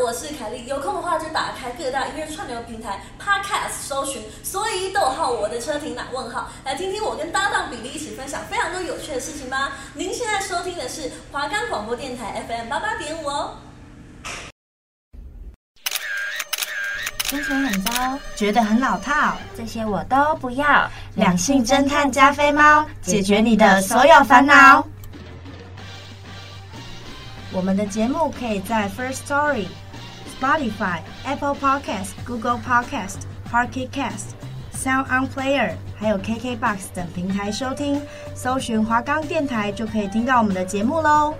我是凯莉，有空的话就打开各大音乐串流平台 Podcast 搜寻，所以逗号我的车停哪？问号来听听我跟搭档比利一起分享非常多有趣的事情吧。您现在收听的是华冈广播电台 FM 八八点五哦。心情很糟，觉得很老套。这些我都不要。两性侦探加菲猫，解决你的所有烦恼。我们的节目可以在 First Story、Spotify、Apple Podcast、Google Podcast、Pocket Cast、Sound On Player，还有 KKBox 等平台收听，搜寻华冈电台就可以听到我们的节目喽。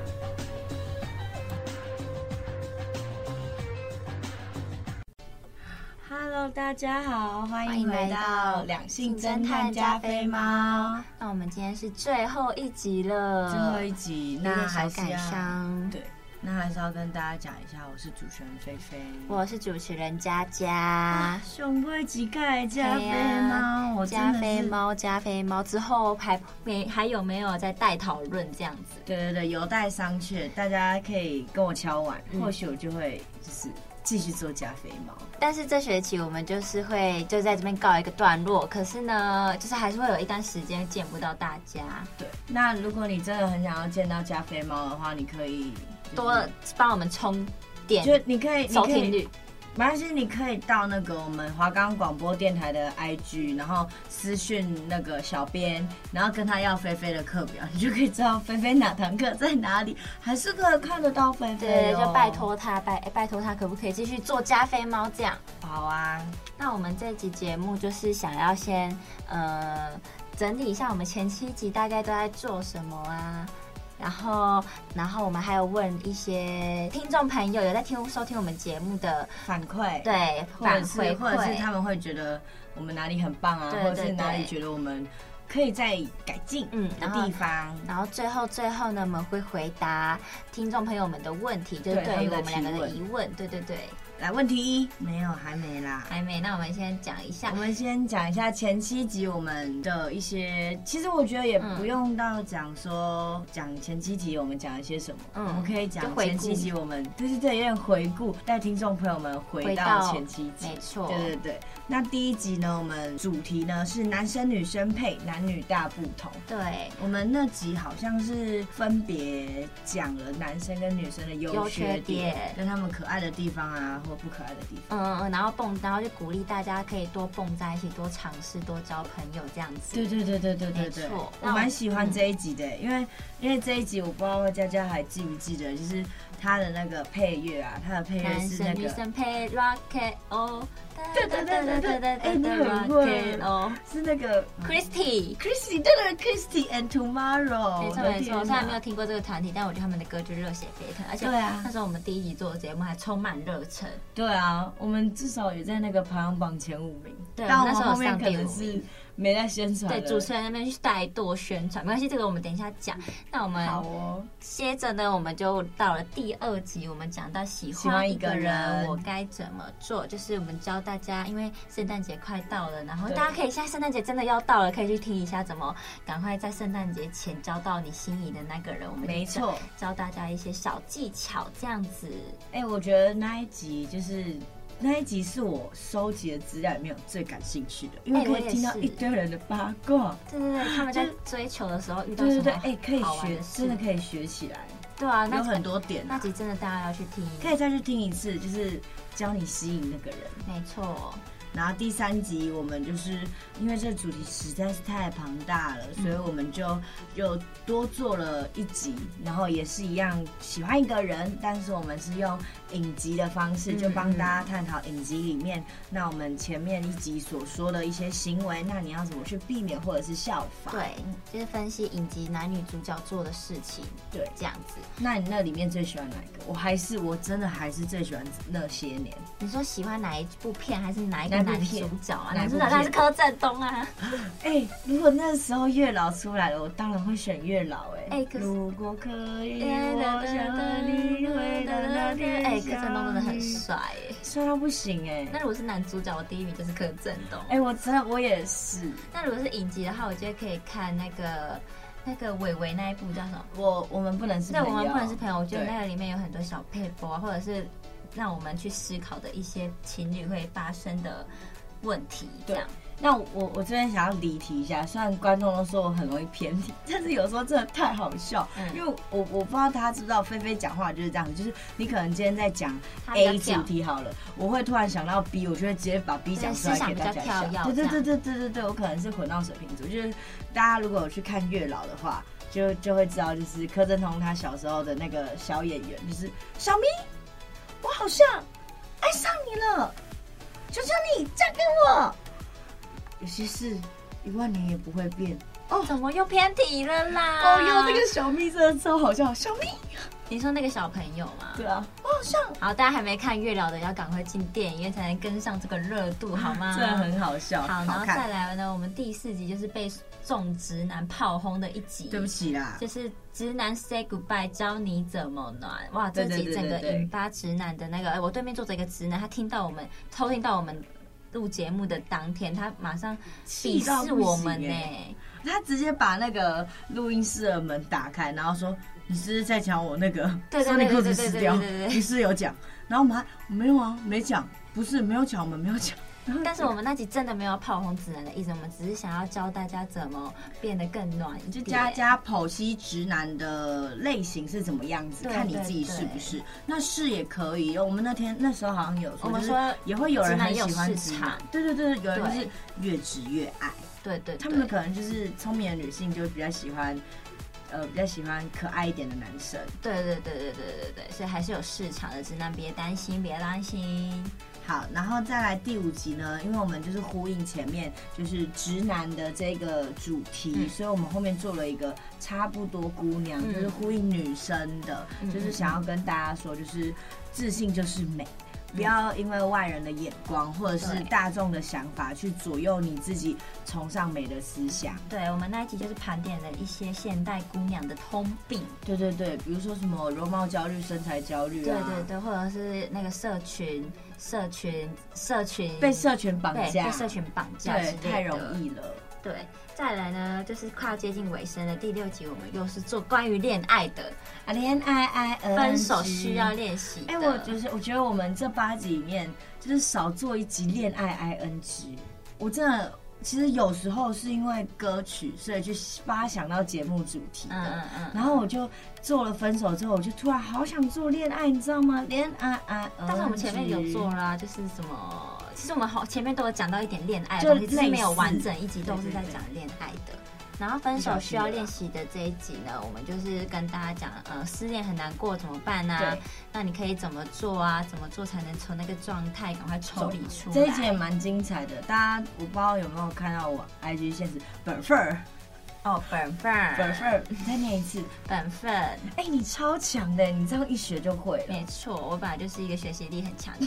Hello，大家好，欢迎来到两性侦探加菲猫，呃那我们今天是最后一集了，最后一集，有那点小还是感要伤。对，那还是要跟大家讲一下，我是主持人菲菲。我是主持人佳佳，熊贵几盖加菲哎 猫，我真啊加的是菲。猫，加菲猫之后还没还有没有在带讨论这样子？对对对，有待商榷，大家可以跟我敲碗，嗯或许我就会就是继续做加菲猫。但是这学期我们就是会就在这边告一个段落，可是呢，就是还是会有一段时间见不到大家，对，那如果你真的很想要见到加菲猫的话，你可以就是多帮我们充点就你可以，你收可听以率。没关系，你可以到那个我们华冈广播电台的 IG，然后私讯那个小编，然后跟他要菲菲的课表，你就可以知道菲菲哪堂课在哪里，还是可以看得到菲菲、对，哦。就拜。托他，拜哎拜托他，可不可以继续做加菲猫这样？好啊，那我们这集节目就是想要先呃整理一下我们前七集大概都在做什么啊，然后然后我们还有问一些听众朋友有在听收听我们节目的反馈。。对或反者是馈或者是他馈，们会觉得我们哪里很棒啊，对或者对是哪里对觉得我们可以再改进嗯的然后地方。然后最后最后呢我们会回答听众朋友们的问题，就是对他对于们的我们两个提的问疑问，对对对，来，问题一没有，还没啦。还没，那我们先讲一下我，们先讲一下前七集我们的一些，其实我觉得也不用到讲说讲前七集我们讲了些什么，嗯我们可以就讲回前顾七集我们对对对，有点回顾，带听众朋友们回到前七集没。错，对对对，那第一集呢，我们主题呢是男生女生配，男女大不同。对我们那集好像是分别讲了男生跟女生的优缺优缺点跟他们可爱的地方啊，或不可爱的地方。嗯，嗯，然后蹦，然后就鼓励大家可以多蹦在一起，多尝试，多交朋友这样子。对对对对对对对没错，我蛮喜欢这一集的，因为因为这一集我不知道佳佳还记不记得，就是他的那个配乐啊，他的配乐男是生那女个生配 rocket 哦，对对对对对哎你很会 rocket 哦是那个，Christy。 Christy 对对 Christy and Tomorrow，没错我的没天哪错，虽然没有听过这个团体，但我觉得他们的歌就热血沸腾，而且对啊那时候我们第一集做的节目还充满热忱，对啊，我们至少也在那个排行榜前五名，对但我我们们那时候后面上可第能五是没在宣传对了，主持人那边去带多宣传，没关系，这个我们等一下讲。那我们好哦，接着呢，我们就到了第二集，我们讲到喜喜欢欢一一个个人人，我该怎么做？就是我们教大家，因为圣诞节快到了，然后对大家可以现在圣诞节真的要到了，可以去听一下怎么赶快在圣诞节前交到你心仪的那个人。我们就没错。教大家一些小技巧，这样子。哎、我觉得那一集就是那一集是我收集的资料里面我最感兴趣的，因为哎可我以也听到是一堆人的八卦。对对对，他们在就是追求的时候遇到对什对么？对，哎、可以好玩学的，事真的可以学起来，对啊，那有很多点、那啊，集真的大家要去听，可以再去听一次，就是教你吸引那个人。没错，然后第三集我们就是因为这个主题实在是太庞大嗯了，所以我们就又多做了一集，然后也是一样喜欢一个人，但是我们是用影集的方式，嗯就帮大家探讨影集里面、那我们前面一集所说的一些行为，那你要怎么去避免或者是效法？对，就是分析影集男女主角做的事情，对，这样子。那你那里面最喜欢哪一个？我还是我真的还是最喜欢那些年，你说喜欢哪一部片，还是哪一个哪部男片主角啊？哪男部主片角当然是柯震东啊。哎、如果那时候月老出来了，我当然会选月老、哎、哎可是如果可以，我想和你回到那天。哎，柯震东真的很，帅哎。帅到不行哎、那如果是男主角，我第一名就是柯震东。哎、我真的我也是，那如果是影集的话，我觉得可以看那个那个伟伟那一部叫什么？我我们不能是对，朋我友们不能是朋友。我觉得对那个里面有很多小配播啊，或者是让我们去思考的一些情侣会发生的问题，这对样。那我我这边想要离题一下，虽然观众都说我很容易偏题，但是有时候真的太好笑，嗯因为我我不知道大家知不知道，菲菲讲话就是这样，就是你可能今天在讲她比较 A 跳主题好了，我会突然想到 B，我就会直接把 B 对讲出来思想给比大较家跳笑。对对跃这对样对对对对，我可能是混到水瓶座，就是大家如果有去看月老的话，就就会知道，就是柯震东他小时候的那个小演员，就是小明，我好像爱上你了，求求你嫁给我。有些事一万年也不会变。怎么又偏题了啦？哦哟，这个小蜜真的超好笑，小蜜。你说那个小朋友吗？对啊，我好像好，大家还没看月老的，要赶快进电影院才能跟上这个热度，好 吗？真的很好笑，啊好，然后再看。来呢，我们第四集就是被众直男炮轰的一集，对不起啦，就是直男 say goodbye，教你怎么暖。哇，这对对集对整个对对引发直男的那个，哎，我对面坐着一个直男，他听到我们偷听到我们录节目的当天，他马上鄙气到视不行我们呢、欸他直接把那个录音室的门打开，然后说：“你是不是在讲我那个对对说你对裤对子对湿对掉对对对？”对你是不是有讲，然后我们还没有啊，没讲，不是没有讲，我们没有讲。然后但是我们那集真的没有炮轰直男的意思，我们只是想要教大家怎么变得更暖一就点。家家剖析直男的类型是怎么样子，对看你对自己对是不是。那是也可以，我们那天那时候好像有说，我们就是说也会有直人男很也有喜欢市直场男，对对对，有人就对是越直越爱。对对对，他们可能就是聪明的女性，就会比较喜欢，呃，比较喜欢可爱一点的男生。对对对对对对对，所以还是有市场的，直男别担心，别担心。好，然后再来第五集呢，因为我们就是呼应前面就是直男的这个主题，嗯所以我们后面做了一个差不多姑娘，嗯就是呼应女生的，嗯就是想要跟大家说，就是自信就是美。不要因为外人的眼光或者是对大众的想法去左右你自己崇尚美的思想。对我们那一集就是盘点了一些现代姑娘的通病，对对对，比如说什么容貌焦虑、身材焦虑对啊，对对，或者是那个社群、社群、社群被社群绑对架，被社群绑架对之类的太容。易了。对，再来呢，就是快接近尾声的第六集，我们又是做关于恋爱的，啊，恋爱爱分手需要。练习的。哎、我就是我觉得我们这八集里面，就是少做一集恋爱 ing。我真的其实有时候是因为歌曲，所以去发想到节目主题的。嗯嗯嗯然后我就做了分手之后，我就突然好想做恋爱，你知道吗？恋爱爱，但是我们前面有做啊哦啦，就是什么，其实我们好前面都有讲到一点恋爱的就东西，只是类没有完似整一集都是在讲恋爱的。然后分手需要练习的这一集呢，我们就是跟大家讲，呃，失恋很难过怎么办呢、啊对？那你可以怎么做啊？怎么做才能从那个状态赶快抽离出来？这一集也蛮精彩的，大家我不知道有没有看到我 IG 现实本份儿哦，本分儿本份儿，再念一次。本分，哎、你超强的，你这样一学就会了。没错，我本来就是一个学习力很强的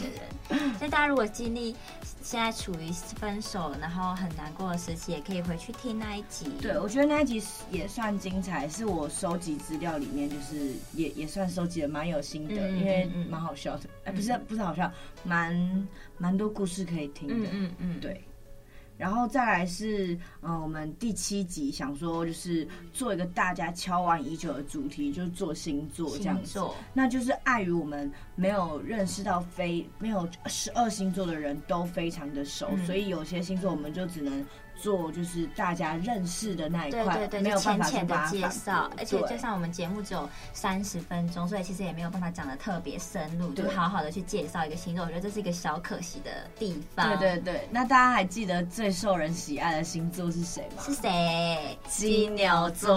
人，所以大家如果经历现在处于分手然后很难过的时期，也可以回去听那一集。对，我觉得那一集也算精彩，是我收集资料里面，就是也也算收集的蛮有心得，嗯因为嗯嗯蛮好笑的，哎、不是不是好笑，蛮蛮多故事可以听嗯的，嗯嗯，对。然后再来是，嗯、我们第七集想说就是做一个大家敲完已久的主题，就是做星座这样星子。座，那就是碍于我们没有认识到非没有十二星座的人都非常的熟，嗯所以有些星座我们就只能做就是大家认识的那一对块，对对，没就有办浅法去浅的把它介绍反，驳而且对就像我们节目只有三十分钟，所以其实也没有办法讲的特别深入，就对好好的去介绍一个星座，我觉得这是一个小可惜的地方。对对对，那大家还记得最受人喜爱的星座是谁吗？是谁？金牛座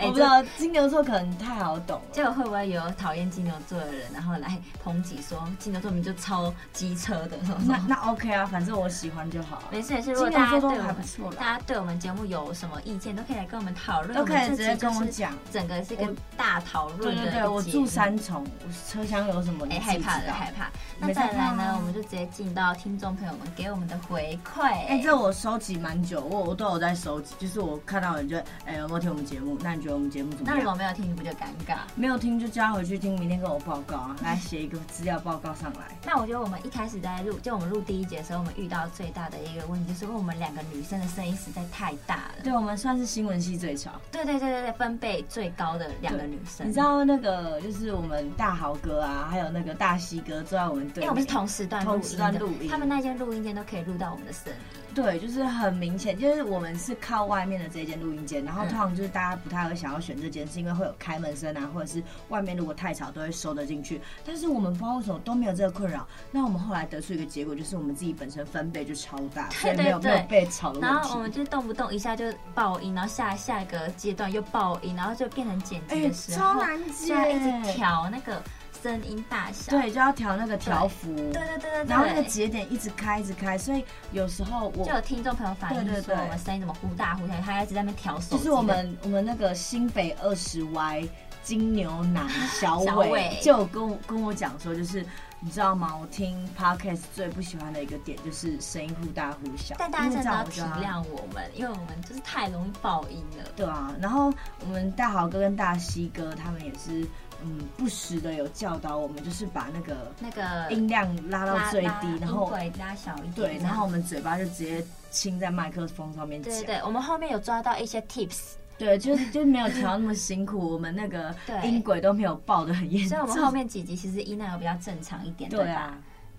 哎我，不知这道金牛座可能太好懂了，这个会不会有讨厌金牛座的人，然后来抨击说金牛座们就超机车的什么什那么？那 OK 啊，反正我喜欢就好啊。没事没事，如金果牛大家座都对我还们不错啦，大家对我们节目有什么意见，都可以来跟我们讨论，都可以我们这直接集就跟我是讲整个是一个我大讨对论的对一个对，我节住目三重，我车厢有什么你哎、自己害知怕了，道害。怕。那没再害来怕呢啊，我们就直接进到听众朋友们给我们的回馈。哎、这我收集蛮久，我我都有在收集，就是我看到人就哎、有没有听我们节目？那你觉得我们节目怎么那如样？果没有听，你不就尴尬？没有听就叫他回去听，明天跟我报告啊，来写一个资料报告上来。那我觉得我们一开始在录，就我们录第一节的时候，我们遇到最大的一个问题就是，我们两个们女生的声音实在太大了。对我们算是新闻系最吵。对对对对对，分贝最高的两个女生，你知？道那个就是我们大豪哥啊，还有那个大西哥坐在我们对面，因为哎我们是同时段录音的同时段录音他们那间录音间都可以录到我们的声音。对，就是很明显，就是我们是靠外面的这间录音间，然后嗯通常就是大家不太会想要选这间，是因为会有开门声啊，或者是外面如果太吵都会收得进去。但是我们不知道为什么都没有这个困扰。那我们后来得出一个结果，就是我们自己本身分贝就超大，所以没有对没有被吵的然后我问们题。就动不动一下就爆音，然后下下一个阶段又爆音，然后就变成剪辑的时候，哎超难剪就要一直调那个声音大小。对，就要调那个调幅，对对对对对，然后那个节点一直开一直开，所以有时候我就有听众朋友反映对对说对我们声音怎么忽大忽小，他一直在那边调就手哦机的。是我们我们那个新北二十 Y 金牛男小小伟伟就有跟我跟我讲说，就是你知道吗？我听 podcast 最不喜欢的一个点就是声音忽大忽小，但大家因为真这样我的要体就要谅我们，因为我们就是太容易爆音了。对啊，然后我们大豪哥跟大西哥他们也是，嗯，不时的有教导我们，就是把那个那个音量拉到拉最拉低，然音后轨拉小一点，对，这样然后我们嘴巴就直接亲在麦克风上面对讲对。对，我们后面有抓到一些 tips，对，就是就没有调那么辛苦，我们那个 对音轨都没有爆的很严重。所以我们后面几集其实音量有比较正常一嗯点，对吧？啊，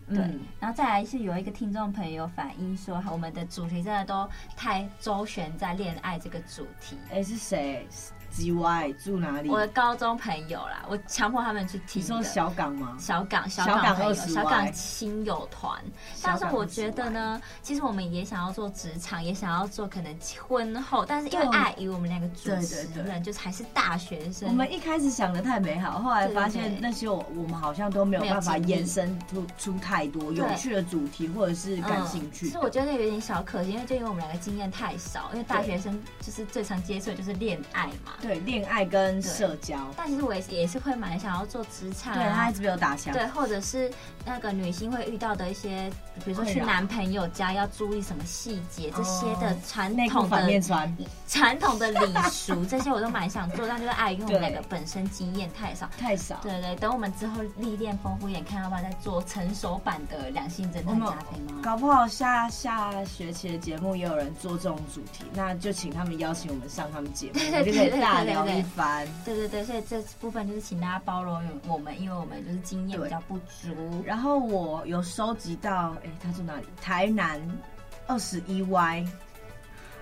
对嗯，，然后再来是有一个听众朋友反映说，我们的主题真的都太周旋在恋爱这个主题。哎、是谁？几 Y 住哪里？我的高中朋友啦，我强迫他们去你听的。说小港吗？小港小小港港朋友20小歪港亲友团，小但港是我觉得呢，其实我们也想要做职场，也想要做可能婚后，但是因为对碍于我们两个主对对持人，对就是还是大学生，嗯我们一开始想的太美好，后来发对现对对那些我我们好像都没有没有办法经历延伸出出太多有趣的主题或者是感兴趣嗯。其实的。我觉得有点小可惜，因为就因为我们两个经验太少，因为大学生就是最常接触的就是恋爱嘛。对恋爱跟社交，但其实我也是也是会蛮想要做职场、对啊，他一直被我打枪。对，或者是那个女性会遇到的一些，比如说去困扰男朋友家要注意什么细节，这些的哦传内裤统反面的穿，传统的礼俗，这些我都蛮想做，但就是碍于我对们两个本身经验太少。太少。对对，等我们之后历练丰富一点，看要不要再做成熟版的两性侦我探们加菲猫。搞不好下下学期的节目也有人做这种主题，那就请他们邀请我们上他们节目，我们就可以大聊一番。对对对，所以这部分就是请大家包容我们，因为我们就是经验比较不足。然后我有收集到，诶，他住哪里？台南二十一 Y，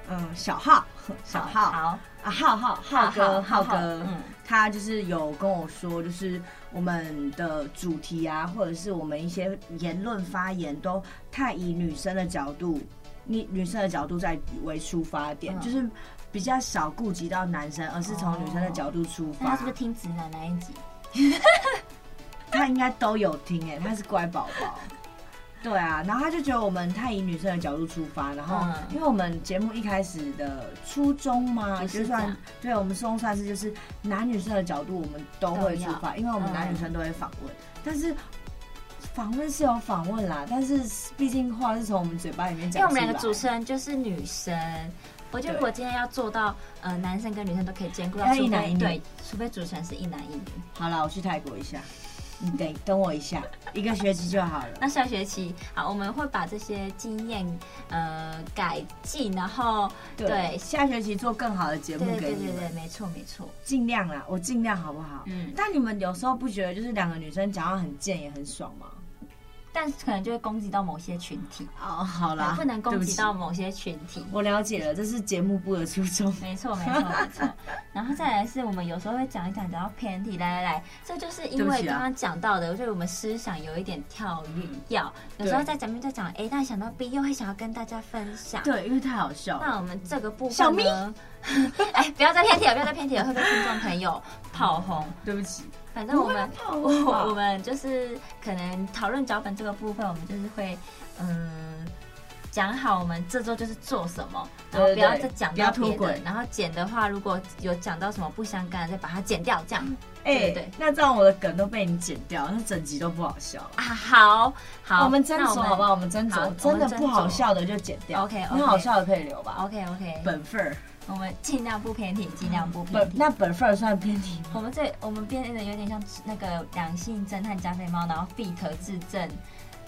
嗯，小浩，小浩啊，好，浩浩浩哥，浩哥，嗯，他就是有跟我说，就是我们的主题啊，或者是我们一些言论发言，都太以女生的角度，你女生的角度在为出发点，嗯就是比较少顾及到男生，而是从女生的角度出那发。他是不是听直男那一集？他应该都有听诶、他是乖宝宝。对啊，然后他就觉得我们太以女生的角度出发，然后嗯因为我们节目一开始的初衷嘛，不是就这算样对我们松算是就是男女生的角度，我们都会出发，因为我们男女生都会访问，但是访问是有访问啦，但是毕竟话是从我们嘴巴里面因为讲我出们来。两个主持人就是女生，我觉对得如果今天要做到，呃，男生跟女生都可以兼顾到，要除一男一非女对，除非主持人是一男一女。好啦，我去泰国一下，你等等我一下， 一个学期就好了。那下学期好，我们会把这些经验呃改进，然后 对下学期做更好的节对目嗯对给对你对们对，。没错没错，尽量啦，我尽量好不好？嗯但你们有时候不觉得就是两个女生讲话很贱也很爽吗？但可能就会攻击到某些群体，哦，好啦，不能攻击对到不起。某些群体。我了解了，这是节目部的初衷。 没错，没错，没错。然后再来是我们有时候会讲一讲，讲到偏题，来来来，这就是因对不为起啊刚刚讲到的，就是我们思想有一点跳跃，要有时候在咱们在讲 A，但想到 B 又会想要跟大家分享。对，因为太好笑了。那我们这个部小分咪呢？ 哎，不要再偏题了，不要再偏题了，会被听众朋友炮轰。对不起，反正我不们会啊炮轰吧我我们就是可能讨论脚本这个部分，我们就是会嗯讲好我们这周就是做什么，然后对不对要对再讲不要到脱别的轨。然后剪的话，如果有讲到什么不相干的，再把它剪掉，这样 哎、对对对那这样我的梗都被你剪掉，那整集都不好笑了。啊。好好，我们斟那酌好不好？我们斟好酌，真我的们斟酌不好笑的就剪掉。 OK，OK 那好笑的可以留吧。 ？OK OK，本分儿，我们尽量不偏题，尽量不偏本题。那本分儿算偏题吗？我们这我们变得有点像那个两性侦探加菲猫，然后 fit 自证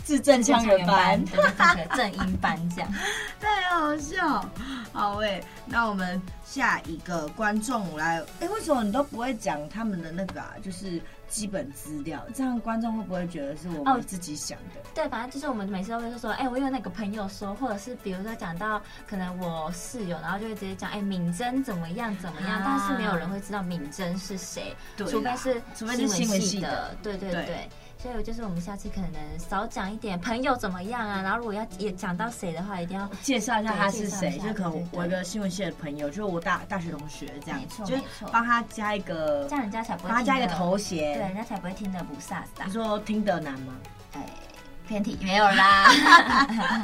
字正腔圆班，对对对正音班这样。太好笑。好喂、那我们下一个观众来，哎、为什么你都不会讲他们的那个啊？就是基本资料，这样观众会不会觉得是我哦们自己想的？对，反正就是我们每次都会说，哎、我有那个朋友说，或者是比如说讲到可能我室友，然后就会直接讲，哎、敏珍怎么样怎么样，啊但是没有人会知道敏珍是谁，对啦除非是除非是新闻系系的对对对对。所以就是我们下次可能少讲一点朋友怎么样啊，然后如果要也讲到谁的话，一定要介绍一下他是对谁，介就绍一下可能对对我一个新闻系的朋友，就是我大大学同学这样没，错就是没错帮他加一个，这样人家才不会帮他加一个听得，头对，衔人。家才不会听得不飒飒你。说听得难吗？哎，偏题没有啦。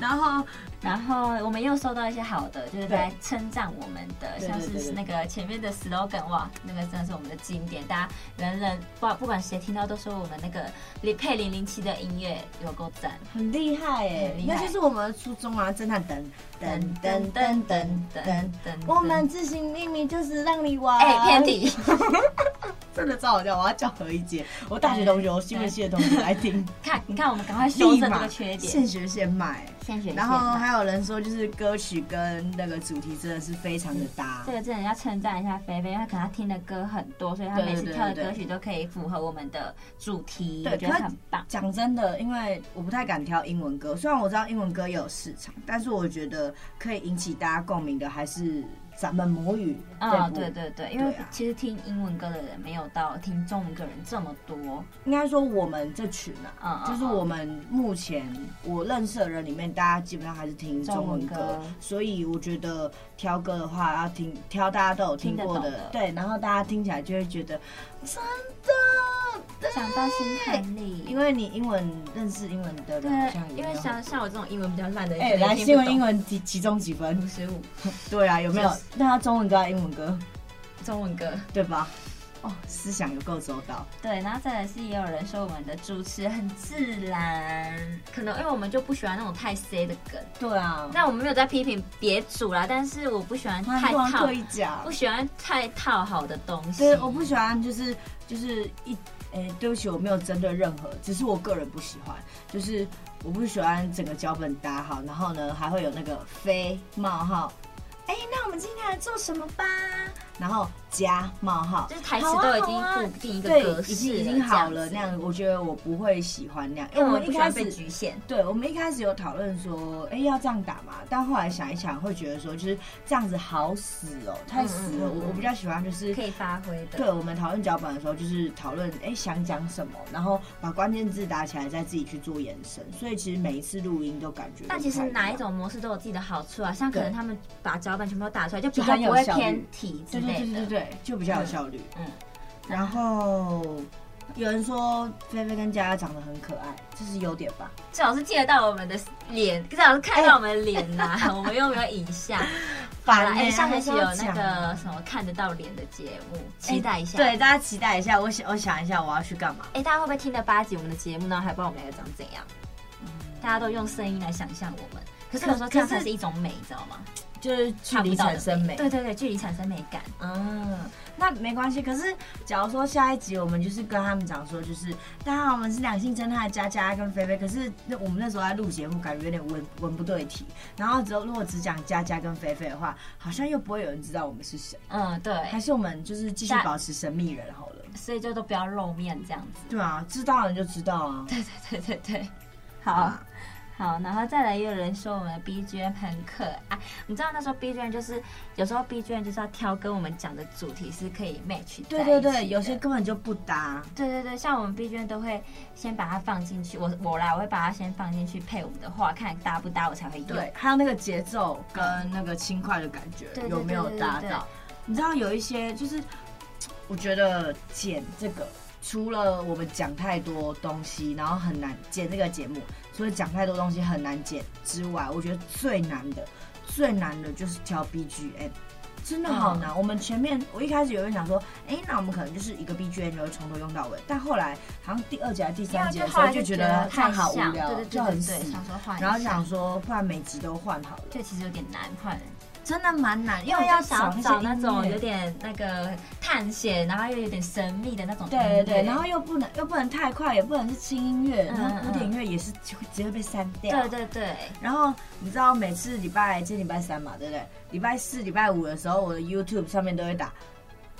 然后然后我们又收到一些好的，就是对来称赞我们的，对像对对是对那个前面的 slogan 哇，那个真的是我们的经典，大家人人不不管谁听到都说我们那个李配零零七的音乐有够赞，很厉害哎很，厉害那就是我们的初中啊，侦探噔噔噔噔噔噔噔，我们自信秘密就是让你玩。哎、偏，题，真的超好笑，我要叫何一姐，我大学同学，我新闻系的同学来 听，看你看我们赶快修立正这马个缺点，现学现卖。先学然后先买还有人说，就是歌曲跟那个主题真的是非常的搭这。个真的要称赞一下菲菲，因为她可能她听的歌很多，所以她对每次对对跳的对歌曲都可以符合我们的主题，对我觉得可是很棒。讲真的，因为我不太敢挑英文歌，虽然我知道英文歌也有市场，但是我觉得可以引起大家共鸣的还是咱们母语啊、这部对对对，因为对啊其实听英文歌的人没有到听中文歌的人这么多，应该说我们这群啊嗯，就是我们目前我认识的人里面，大家基本上还是听中文歌，中文歌所以我觉得挑歌的话，要听挑大家都有听过的，听得懂的对，然后大家听起来就会觉得真的，对讲到心坎里因。为你英文认识英文的对人好像，也因没为有很。像像我这种英文比较烂的人，哎、来新闻英文几其中几分五？十五对啊，有没有就是？那他中文歌、英文歌，中文歌，对吧？哦，思想有够周到。对，然后再来是也有人说我们的主持很自然，可能因为我们就不喜欢那种太 C 的梗，对啊，但我们没有在批评别主啦，但是我不喜欢他太突然套刻，意讲，不喜欢太套好的东西，对，我不喜欢就是就是一，诶、对不起，我没有针对任何，只是我个人不喜欢，就是我不喜欢整个脚本搭好，然后呢还会有那个非冒号，哎、那我们今天来做什么吧？然后加冒号，就是台词都已经固定一个格啊对，式已经已经好了这那样子样，我觉得我不会喜欢那样，因为因为我我们们不一喜开欢被始局限。对，我们一开始有讨论说，哎、要这样打嘛？但后来想一想，会觉得说，就是这样子好死哦，太死了。嗯嗯嗯我我比较喜欢就是可以发挥的。对，我们讨论脚本的时候，就是讨论哎想讲什么，然后把关键字打起来，再自己去做延伸。所以其实每一次录音都感觉都不太样，但其实哪一种模式都有自己的好处啊，像可能对他们把脚本全部都打出来，就比就较很有不会效率偏题之对对类对对的。对，就比较有效率。嗯嗯然后有人说菲菲跟佳佳长得很可爱，这是优点吧？最好是记得到我们的脸，最好是看到我们的脸呐、哎 我们又没有影 像。好反啦，哎、下学期有那个什么看得到脸的节目，期待一下。哎对，大家期待一下。我想我想一下，我要去干嘛？哎、大家会不会听了八集我们的节目，然后还不知道我们两个长怎样？大家都用声音来想象我们，可是有时候这样可是才是一种美，你知道吗？就是距看不离到的产生美。对对对，距离产生美感。嗯，那没关系。可是，假如说下一集我们就是跟他们讲说，就是大家好，我们是两性侦探的佳佳跟菲菲。可是那我们那时候在录节目，感觉有点文文不对题。然后只有如果只讲佳佳跟菲菲的话，好像又不会有人知道我们是谁。嗯，对，还是我们就是继续大保持神秘人好了。所以就都不要露面这样子。对啊，知道人就知道啊。对对对对对，好。好，然后再来又有人说我们的 BGM 很可爱，啊你知道那时候 BGM 就是有时候 BGM 就是要挑跟我们讲的主题是可以 match 在对一对起的对，有些根本就不搭。对对对，像我们 BGM 都会先把它放进去，我我啦我会把它先放进去配我们的话，看搭不搭我才会用。对，还有那个节奏跟那个轻快的感觉对对有没有搭对对对到？你知道有一些就是，我觉得剪这个除了我们讲太多东西，然后很难剪这个节目，除了讲太多东西很难剪之外，我觉得最难的最难的就是挑 BGM。真的好嗯难。我们前面我一开始有人想说，哎、那我们可能就是一个 BGM 然后从头用到尾，但后来好像第二集还是第三集的时候就觉得太太好无像聊，对对对就很对死对，。想说换一下，然后想说，不然每集都换好了。啊对，其实有点难换。真的蛮难，因因为为要要想找那种有点。点那个探险，然后又有点神秘的那种音对乐。对对，然后又不能又不能太快，也不能是轻音乐，嗯然后古典乐也是就会直接被删掉。对对对，然后你知道每次礼拜今天礼拜三嘛，对不对？礼拜四、礼拜五的时候，我的 YouTube 上面都会打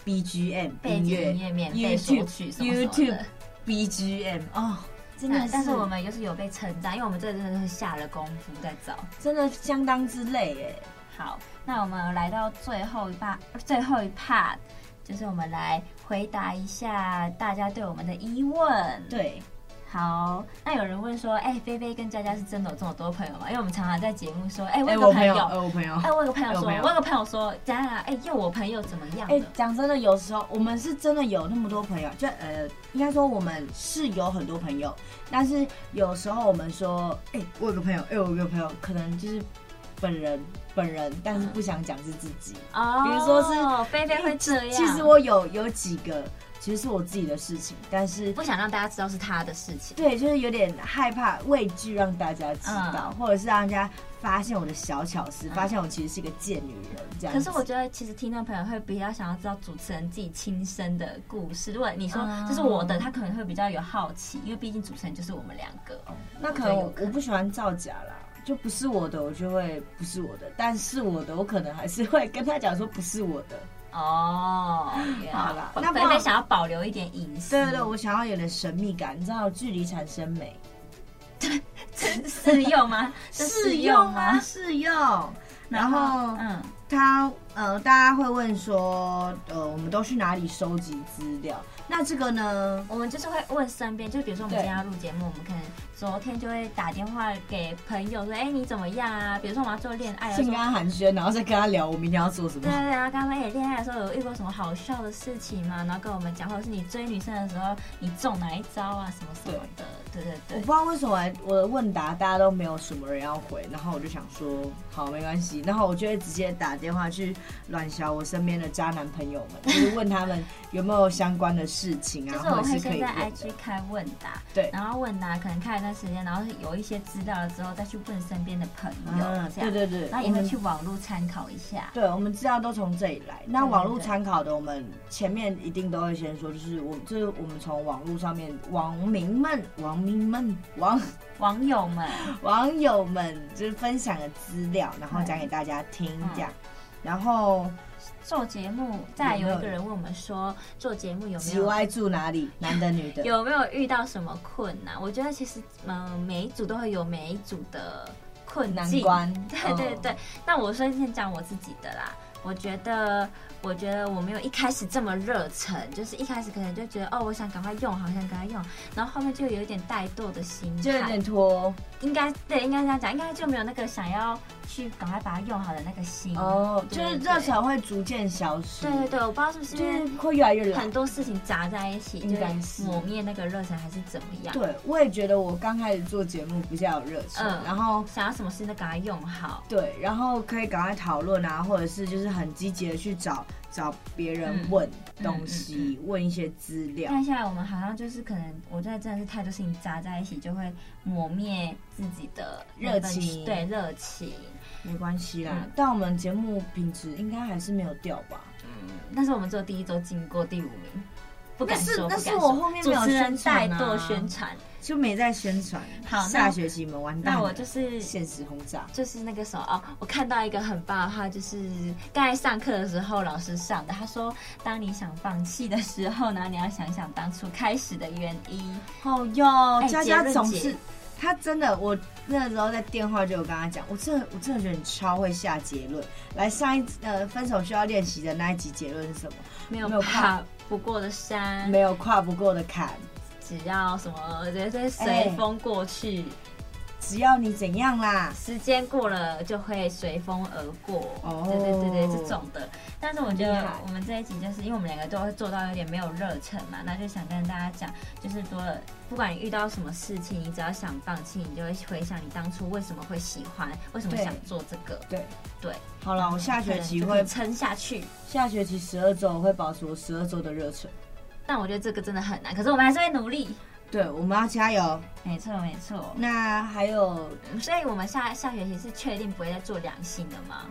BGM 背景音乐乐免费索 YouTube 取什么什么的 YouTube BGM 哦，真的但是，但是我们又是有被称赞，因为我们这真的是下了功夫在找。真的相当之累耶。好，那我们来到最后一趴，最后一 part，就是我们来回答一下大家对我们的疑问。，对，好，那有人问说，哎、菲菲跟佳佳是真的有这么多朋友吗？因为我们常常在节目说，哎、我哎、有个我朋朋友，友哎、，我朋友，哎、我有个朋友哎我说，朋友我有个朋友说，佳佳，哎、又我朋友怎么样哎、了？讲真的，有时候我们是真的有那么多朋友，就呃，应该说我们是有很多朋友，但是有时候我们说，哎、我有个朋友，哎、我有个朋友，可能就是本人本人，但嗯是不想讲是自己。哦比如说是哎菲菲哎会这样，其实我有有几个，其实是我自己的事情，但是不想让大家知道是他的事情。对，就是有点害怕、畏惧让大家知道，嗯或者是让人家发现我的小巧思，发现我其实是个贱女人这样可子。是我觉得，其实听众朋友会比较想要知道主持人自己亲身的故事。如果你说嗯这是我的，他可能会比较有好奇，因为毕竟主持人就是我们两个。那可能我我不喜欢造假啦，就不是我的，我就会不是我的；但是我的，我可能还是会跟他讲说不是我的。哦，好啦那那不菲然菲想要保留一点隐私。对对对，我 想要有点神秘感，你知道，距离产生美，真适用吗？这适用吗？啊适用。 然后嗯，他呃，大家会问说，呃，我们都去哪里收集资料？那这个呢？我们就是会问身边，就比如说我们对今天要录节目，我们可能昨天就会打电话给朋友说，哎，你怎么样啊？比如说我们要做恋爱，先说跟他寒暄，然后再跟他聊我明天要做什对么。对，然后刚刚也恋爱的时候有遇过什么好笑的事情吗？然后跟我们讲，或者是你追女生的时候，你中哪一招啊，什么什么的，对对我不对知。道为什么我的问答大家都没有什么人要回，然后我就想说好没关系，然后我就会直接打电话去阮小我身边的渣男朋友们， 就是问他们有没有相关的事情就啊，是我或者会是可先以在问 IG 的。开问答，对然后问啊答可能开一段时间，然后有一些资料了之后，再去问身边的朋友，嗯，这样对，对对，然后我也会们去网络参考一下，对，我们资料都从这里来。那对对网络对参考的，我们前面一定都会先说，就是我们，就是我们从网络上面网民们、网民们、网 网友们，网友们就是分享的资料，然后嗯讲给大家听嗯这样。然后做节目，再来有没有有一个人问我们说，做节目有没几有歪住哪里？男的女的？有没有遇到什么困难？我觉得其实，嗯、每一组都会有每一组的困难境关 对对嗯对。那我先先讲我自己的啦。我觉得，我觉得我没有一开始这么热忱，就是一开始可能就觉得，哦，我想赶快用，好想赶快用，然后后面就有一点怠惰的心态，就有点拖应该对，应该这样讲，应该就没有那个想要去赶快把它用好的那个心哦，就是热。对对忱会逐渐消失，对嗯对对，我不知道是不是因就为是会越来越懒很。多事情杂在一起，就应该是抹灭那个热忱，还是怎么样？对，我也觉得我刚开始做节目比较有热忱，嗯然后想要什么事都给它用好。对，然后可以赶快讨论啊，或者是就是很积极的去找找别人嗯问嗯东西，嗯问一些资料。但现在我们好像就是可能，我觉得真的是太多事情杂在一起，就会磨灭自己的那份热情对热情。没关系啦，嗯但我们节目品质应该还是没有掉吧？但是我们只有第一周经过第五名，不敢那是说，那不是敢我说后面主没有持人宣传怠啊惰宣传。就没在宣传。好那下学期你们完蛋了。那我就是现实轰炸。就是那个什么哦，我看到一个很棒的话，就是刚才上课的时候老师上的，他说，当你想放弃的时候呢，你要想想当初开始的原因。哦哟，哎佳佳杰总润姐是，她真的，我那时候在电话就有跟她讲，我真的，我真的觉得你超会下结论。来上一呃分手需要练习的那一集结论是什么？没有没有爬不过的山，没有跨不过的坎，只要什么，对对，哎随风过去，只要你怎样啦。时间过了就会随风而过。哦对对对对，这种的。但是我觉厉得害我们这一集就是因为我们两个都会做到有点没有热忱嘛，那就想跟大家讲，就是多了，不管你遇到什么事情，你只要想放弃，你就会回想你当初为什么会喜欢，为什么对想做这个。对，对，好了，我下学期嗯可能就可会以，撑下去。下学期十二周我会保持我十二周的热忱。但我觉得这个真的很难，可是我们还是会努力。对，我们要加油。没错，没错。那还有所以我们下下学期是确定不会再做良性的吗？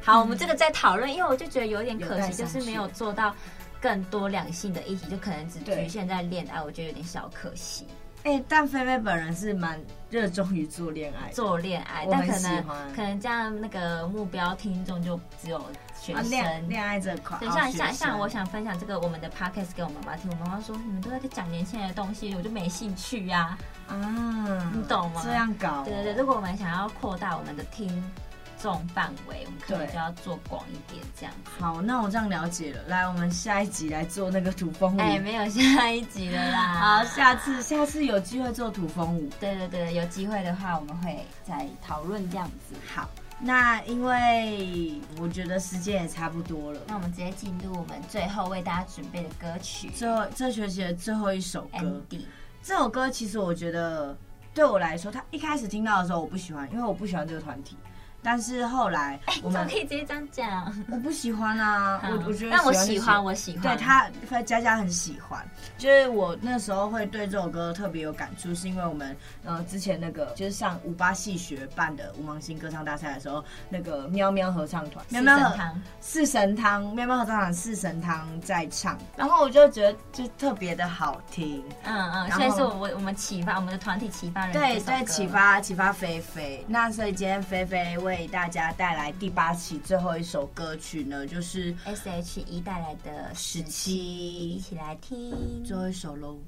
好，我们这个再讨论，因为我就觉得有点可惜，嗯有待就商是榷没有做到更多两性的议题，就可能只对局限在恋爱，我觉得有点小可惜。哎、但菲菲本人是蛮热衷于做恋爱的，做恋爱，我但很可能喜欢可能这样那个目标听众就只有学啊生。恋恋爱这块，对，哦像学像像生我想分享这个我们的 podcast 给我妈妈听，我妈妈说你们都在讲年轻人的东西，我就没兴趣呀、啊，你懂吗这样搞哦，对对对，如果我们想要扩大我们的听众范围，我们可能对就要做广一点这样子。好，那我这样了解了。来，我们下一集来做那个土风舞。哎，没有下一集了啦。嗯好，下次下次有机会做土风舞。对对对，有机会的话我们会再讨论这样子。好，那因为我觉得时间也差不多了，那我们直接进入我们最后为大家准备的歌曲最后这学期的最后一首哎歌。 ，Andy。这首歌其实我觉得对我来说，他一开始听到的时候我不喜欢，因为我不喜欢这个团体。但是后来我我们们、可以直接这样讲。我不喜欢啊，我我觉得但我就喜欢，我喜欢。对他，佳佳很喜欢。就是我那时候会对这首歌特别有感触，是因为我们呃之前那个就是上五八戏学办的五芒星歌唱大赛的时候，那个喵喵合唱团，喵四喵神合汤，四神汤，喵喵合唱团四神汤在唱，然后我就觉得就特别的好听，嗯嗯，然所以是后我我我们启发我们的团体启发人对这首对，歌启发启发菲菲。那所以今天菲菲为大家带来第八期最后一首歌曲呢，就是《 S H E 带来的时十一七起来听》。最后一首喽。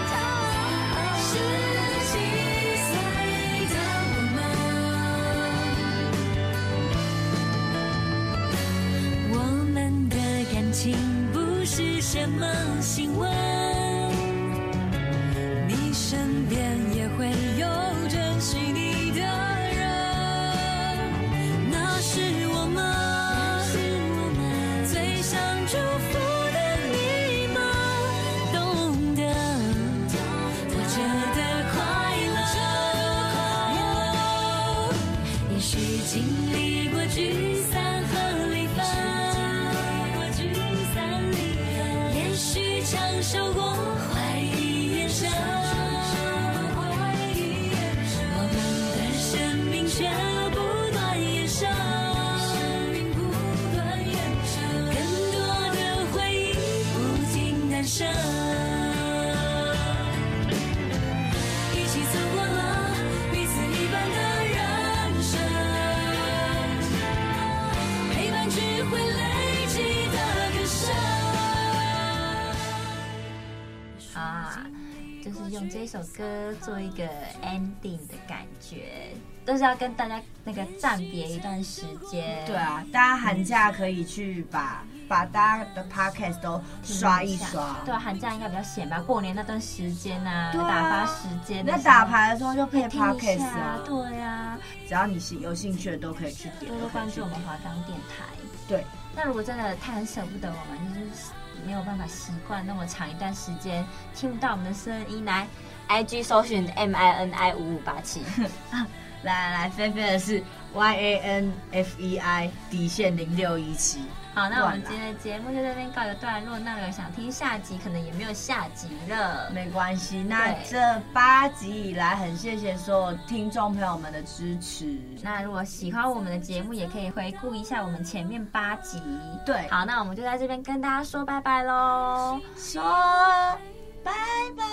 十七岁的我们，我们的感情不是什么新闻，你身边也会有珍惜你的人，那是我们最想祝福的你们，懂得活着的快乐。也许经历过聚散和离分，也许承受过怀疑眼神，我们的生命却不断延伸，更多的回忆不停诞生。一起走过了彼此一半的人生，陪伴只会累积的更深。啊，就是用这首歌做一个 ending 的感觉，都是要跟大家那个暂别一段时间。对啊，大家寒假可以去把把大家的 podcast 都听刷一下刷。对啊，寒假应该比较闲吧，过年那段时间啊，对啊打发时间的那时候。打牌的时候就配听一 podcast 下啊啊，，对啊，只要你是有兴趣的都可以去点，多都多可以关去注我们华冈电台。对，那如果真的太很舍不得我们，就是没有办法习惯那么长一段时间听不到我们的声音，来，IG 搜寻 M I N I 五五八七，来来来，菲菲的是 Y A N F E I 底线零六一七。好，那我乱们来今天的节目就在这边告一个段落。那如果想听下集，可能也没有下集了。没关系，那对这八集以来，很谢谢所有听众朋友们的支持。那如果喜欢我们的节目，也可以回顾一下我们前面八集。对好，那我们就在这边跟大家说拜拜喽，说拜拜，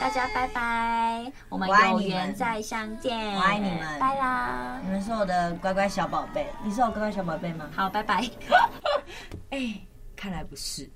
大家拜拜，我们我爱有你们缘再相见，我爱你们拜啦，你们是我的乖 乖小宝贝，你是我乖乖小宝贝吗？好，拜拜。哎、看来不是。